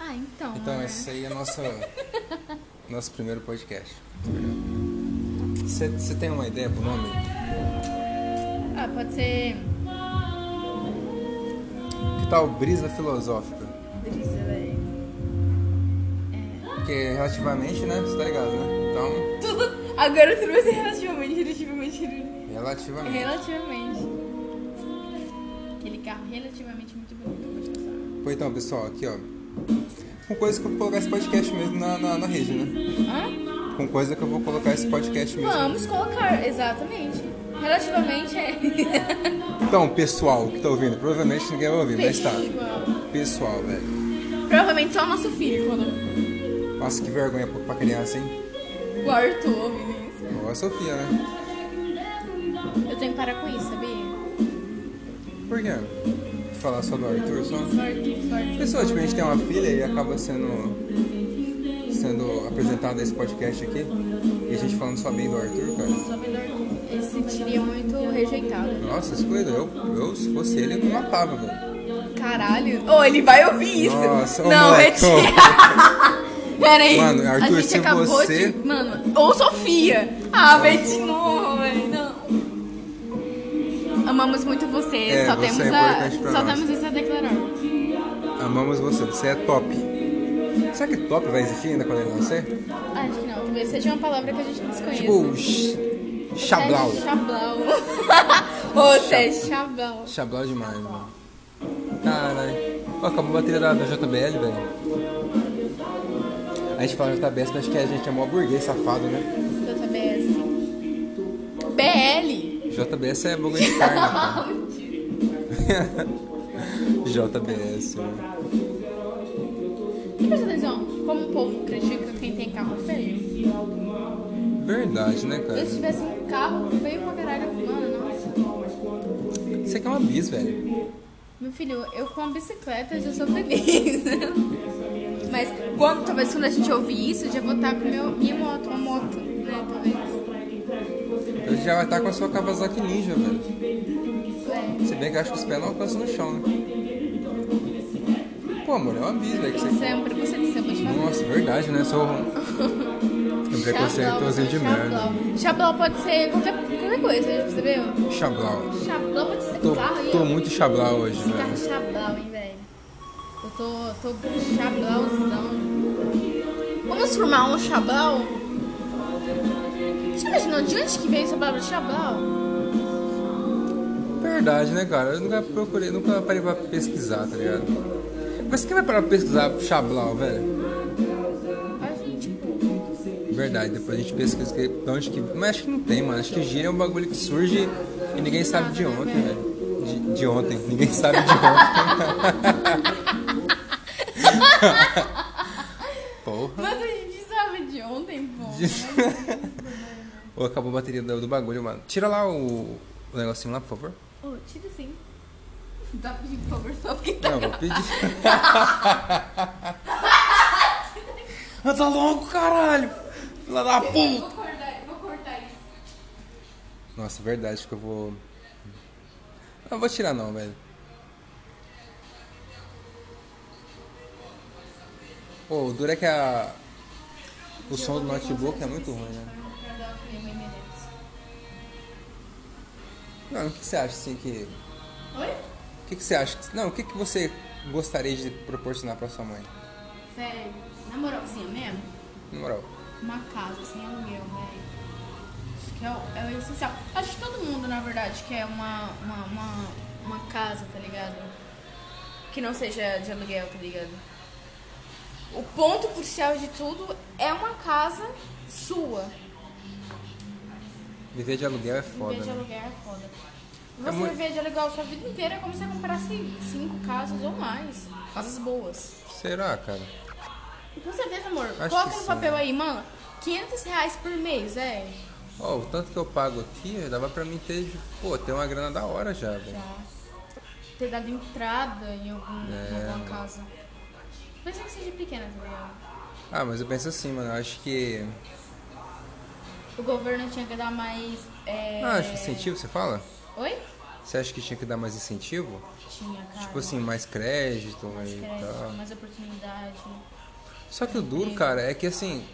Ah, então. Então, né? esse aí é nosso, nosso primeiro podcast. Você você tem uma ideia pro nome? Ah, pode ser. Que tal Brisa Filosófica? Brisa, velho. É. Porque relativamente, né? Você tá ligado, né? Então, Tudo. Agora tudo vai ser relativamente, relativamente, relativamente. relativamente. Relativamente. Aquele carro relativamente muito bonito, eu gosto dessa. Pô, então, pessoal, aqui, ó. Com coisa que eu vou colocar esse podcast mesmo na, na, na rede, né? Hã? Com coisa que eu vou colocar esse podcast mesmo. Vamos colocar, exatamente. Relativamente é. Então, pessoal que tá ouvindo, provavelmente ninguém vai ouvir, mas tá. Pessoal. Pessoal, velho. Provavelmente só o nosso filho quando. Nossa, que vergonha pra- pra criança, hein? O Arthur ouvindo isso. Ó, a Sofia, né? Eu tenho que parar com isso, sabia? Por quê? Deixa eu falar só do Arthur, só. Sorte, sorte. Pessoal, tipo, a gente tem uma filha e acaba sendo sendo apresentado esse podcast aqui. E a gente falando só bem do Arthur, cara. Só Tá melhor. Esse seria muito rejeitado. Nossa, se cuida, eu, eu se fosse ele, eu me matava, velho. Caralho. Ô, ele vai ouvir isso. Nossa, ô, não, é moleque, ô. retira. Peraí. Mano, Arthur, a gente se acabou você- de... Mano, ou Sofia. Ah, vem de novo, velho. Não. Amamos muito você. É, só você temos é a... importante pra Só nós. temos isso a declarar. Amamos você, você é top. Será que top vai existir ainda quando ele nascer? Ah, Acho que não. Talvez seja uma palavra que a gente desconheça. Tipo, sh- chablau. Você é Chablau. Você é chablau. Chablau é demais, mano. Caralho. Ó, acabou a bateria da, da JBL, velho. A gente fala JBS, mas acho que a gente é mó burguês safado, né? JBS. BL. JBS é bagulho de carne, cara. JBS. né? Presta atenção, como o povo critica quem tem carro feio. Verdade, né, Se eu cara? tivesse um carro feio pra caralho, mano, nossa. Isso aqui é uma bis, velho. Meu filho, eu com a bicicleta já sou feliz. Mas quando, talvez quando a gente ouvir isso, eu já vou estar com meu, minha moto, uma moto, né, talvez. Eu já vai estar com a sua Kawasaki Ninja, velho. É. Se bem que eu acho que os pés não alcançam no chão, né? Pô, amor, é uma bis, velho. que você- Isso é um preconceito, isso é muito Nossa, verdade, né? Sou um preconceituoso assim, de merda. Chablau pode ser qualquer, qualquer coisa, já percebeu? Chablau. Chablau pode ser Tô, carro e tô muito chablau hoje, Esse carro é velho. chablau, hein, velho. Eu tô, tô chablauzão. Vamos formar um chablau? Você imaginou de onde que veio essa palavra chablau? Verdade, né, cara? Eu nunca procurei, nunca parei pra pesquisar, tá ligado? Mas quem vai parar pra pesquisar chablau, velho? A gente, pô. Verdade, depois a gente pesquisa que, de onde que. Mas acho que não tem, mano. Acho que gíria é um bagulho que surge e ninguém sabe de ontem, velho. De, de ontem, ninguém sabe de ontem. Porra. Mas a gente sabe de ontem, pô. Ô, acabou a bateria do, do bagulho, mano. Tira lá o, o negocinho lá, por favor. Ô, tira assim. Dá pra pedir, por favor, só porque tá. Não, vou pedir. Ah, tá louco, caralho! Filha da puta! Vou cortar, vou cortar isso. Nossa, é verdade acho que eu vou. Não vou tirar não, velho. Pô, o duro é que a. O som do notebook é muito ruim, né? Pra dar o creme Menezes. Não, o que você acha assim que. Oi? O que, que você acha? que- Não, o que, que você gostaria de proporcionar pra sua mãe? Sério, na moralzinha mesmo? Na moral. uma casa sem aluguel, velho. Acho que é o, é o essencial. Acho que todo mundo, na verdade, quer uma, uma, uma, uma casa, tá ligado? Que não seja de aluguel, tá ligado? O ponto crucial de tudo é uma casa sua. Viver de aluguel é viver foda, de né? aluguel é foda. É Você muito- viver de aluguel a sua vida inteira é como se você comprasse cinco casas ou mais. Casas boas. Será, cara? Com certeza, amor. que Coloca no sim. papel aí, mano. 500 reais por mês, é. velho. Ó, o tanto que eu pago aqui, dava pra mim ter. Pô, ter uma grana da hora já, velho. ter dado entrada em, algum, É, em alguma mano. casa. Pensa que seja pequena, tá ligado? Ah, mas eu penso assim, mano. Eu acho que. O governo tinha que dar mais. É... Ah, acho que incentivo, você fala? Oi? Você acha que tinha que dar mais incentivo? Tinha, cara. Tipo assim, tá. mais crédito Ah, mais e crédito, tal. mais oportunidade. Só que o duro, cara, é que assim,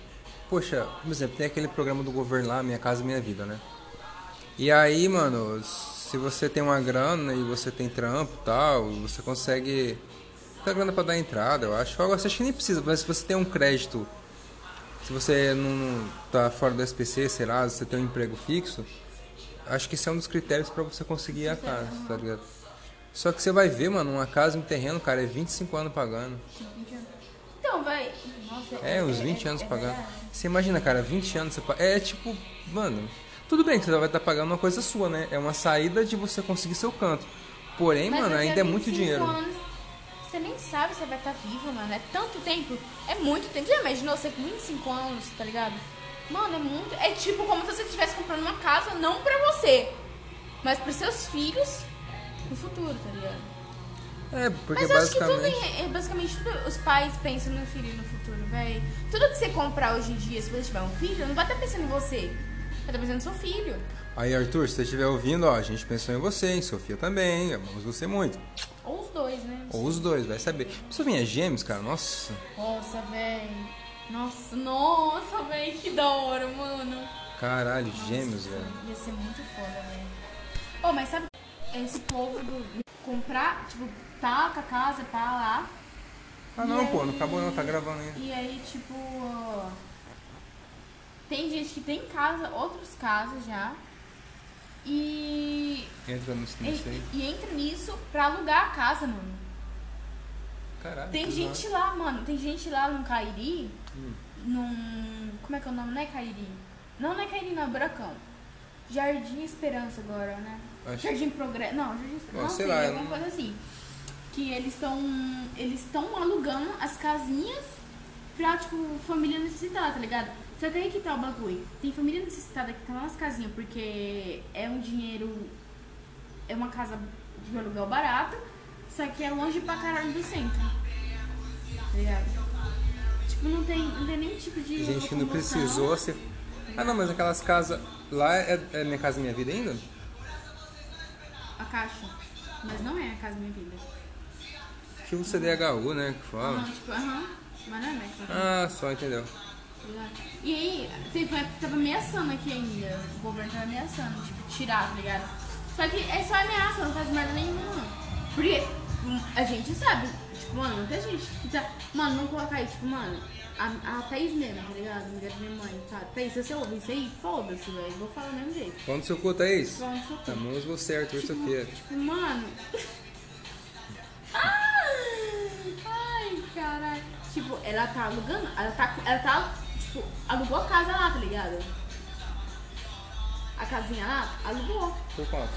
poxa, por exemplo, tem aquele programa do governo lá, Minha Casa Minha Vida, né? E aí, mano, se você tem uma grana e você tem trampo e tal, você consegue ter grana pra dar entrada, eu acho. Agora, você acha que nem precisa, mas se você tem um crédito, se você não tá fora do SPC, sei lá, se você tem um emprego fixo, acho que esse é um dos critérios pra você conseguir a casa, tá ligado? Só que você vai ver, mano, uma casa, um terreno, cara, é 25 anos pagando. Então, vai. Nossa, É, uns 20 anos é pagando. verdade. Você imagina, cara, 20 anos você pa- É tipo, mano. Tudo bem que você vai estar pagando uma coisa sua, né? É uma saída de você conseguir seu canto. Porém, Mas mano, daqui a ainda é muito 25 dinheiro. anos, você nem sabe se vai estar vivo, mano. É tanto tempo. É muito tempo. Já imaginou você com 25 anos, tá ligado? Mano, é muito. É tipo como se você estivesse comprando uma casa, não pra você, mas pros seus filhos no futuro, tá ligado? É, porque Mas eu acho que tudo, basicamente. em- é, basicamente tudo os pais pensam no filho e no futuro, véi. Tudo que você comprar hoje em dia, se você tiver um filho, não vai estar pensando em você. Vai estar pensando no seu filho. Aí, Arthur, se você estiver ouvindo, ó, a gente pensou em você, em Sofia também, amamos você muito. Ou os dois, né? Ou os dois, vai saber. Sofinha é gêmeos, cara, nossa. Nossa, véi. Nossa, nossa, véi. Que da hora, mano. Caralho, gêmeos, velho. Ia ser muito foda, velho. Ô, mas sabe esse povo do comprar, tipo, tá com a casa, tá lá. Ah, E não, pô, não aí? acabou não, tá gravando ainda. E aí, tipo. Tem gente que tem casa, outros casas já. E. Entra no E, silêncio aí. e entra nisso pra alugar a casa, mano. Caralho. Tem que gente lá, mano. Tem gente lá no Cairi. Hum. Num. Como é que é o nome? Não é Cairi? Não, não é Cairi, não, é Buracão. Jardim Esperança agora, né? Acho- Jardim Progresso. Não, Jardim Esperança. Bom, não sei sei, lá, eu alguma não- coisa assim. Que eles estão. Eles estão alugando as casinhas pra, tipo, família necessitada, tá ligado? Só que aí que tá o bagulho. Tem família necessitada que tá lá nas casinhas, porque é um dinheiro. É uma casa de aluguel barato, só que é longe pra caralho do centro. Tá ligado? Tipo, não tem, não tem nenhum tipo de. Gente que não locomoção. precisou ser. Ah, não, mas aquelas casas. Lá é, é Minha Casa Minha Vida ainda? A caixa. Mas não é a casa minha vida. Tipo CDHU, né? Que Não, fala. tipo, aham. Mas não é minha casa. Ah, só, entendeu. E aí, teve uma época que tava ameaçando aqui ainda. O governo tava ameaçando, tipo, tirar, tá ligado? Só que é só ameaça, não faz merda nenhuma. Porque hum, a gente sabe, tipo, mano, muita gente que tá. Mano, vamos colocar aí, tipo, mano, a, a Thaís mesmo, tá ligado? Mulher da minha mãe, sabe? Thaís, se você ouve isso aí, foda-se, velho. Vou falar do mesmo jeito. Vamos no seu cu, Thaís? Vamos, socorro. Amamos você, Arthur é, e Sofia. Tipo, mano. Ai, ai, caralho. Tipo, ela tá alugando. Ela tá. Ela tá. Tipo, alugou a casa lá, tá ligado? A casinha lá, alugou. Por quanto?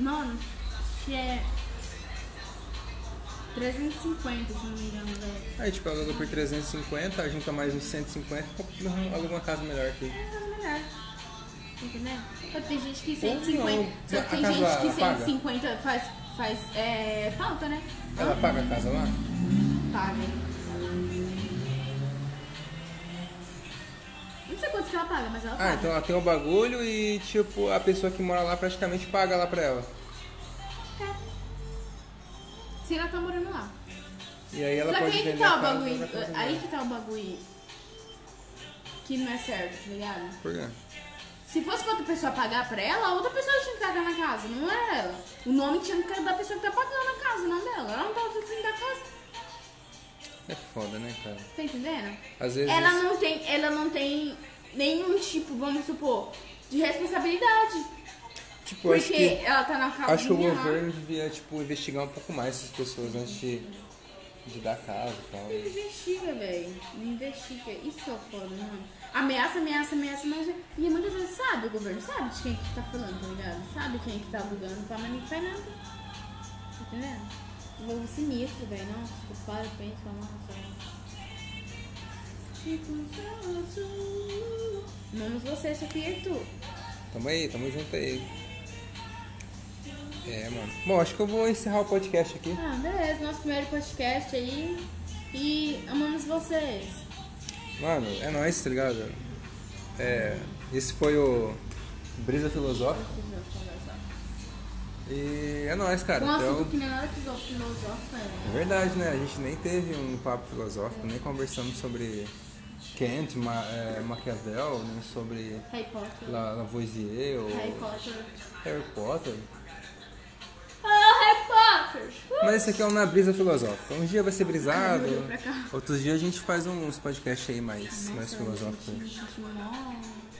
Mano, que é. 350, se não me engano, velho. Aí, tipo, aluga por 350, junta mais uns 150, uhum, aluga uma casa melhor aqui. É mas melhor. Entendeu? Só que tem gente que Ou 150. não, Só a que tem casa gente que paga? 150 faz, faz é, falta, né? Ela paga a casa lá? Tá, velho. Não sei quanto que ela paga, mas ela Ah, paga. então ela tem o bagulho e, tipo, a pessoa que mora lá praticamente paga lá pra ela. então- É. Se ela tá morando lá. E aí ela Só pode que aí que vender tá a o casa bagulho. pra casa Aí dela. que tá o bagulho. Que não é certo, tá ligado? Por quê? Se fosse pra outra pessoa pagar pra ela, a outra pessoa tinha que pagar na casa, não era ela. O nome tinha que ser da pessoa que tá pagando a casa, não dela. Ela não tá usufruindo da casa. É foda, né, cara? Tá entendendo? Às vezes. Ela não tem, ela não tem nenhum tipo, vamos supor, de responsabilidade. tipo, eu Porque acho que- ela tá na casa Acho que o governo devia, tipo, investigar um pouco mais essas pessoas antes de, de dar casa e tal. Não investiga, velho. Não investiga. Isso que é o foda, mano. Ameaça, ameaça, ameaça, ameaça. E muitas vezes sabe, o governo sabe de quem que tá falando, tá ligado? Sabe quem que tá alugando, tá, mas não faz nada. Tá entendendo? O povo sinistro, velho. Nossa, culpado, pensa, nossa. Tipo, azul. Vamos você, Sofia e tu. Tamo aí, tamo junto aí. É, mano. Bom, acho que eu vou encerrar o podcast aqui. Ah, beleza, nosso primeiro podcast aí. E amamos vocês. Mano, é nóis, tá ligado? É. Esse foi o Brisa Filosófica. Deixa eu conversar. E é nóis, cara. um assunto Então, que não é nada fiso- filosófico, né? é verdade, né? A gente nem teve um papo filosófico, nem conversamos sobre Kant, Ma é, Maquiavel, nem sobre Harry Potter. La Lavoisier ou Harry Potter. Harry Potter. Ah, Harry Potter! Uh! Mas esse aqui é um na brisa filosófica. Um dia vai ser brisado, Olhou pra cá. é outros dias a gente faz uns podcasts aí mais, mais Nossa, eu filosóficos. senti- senti mó-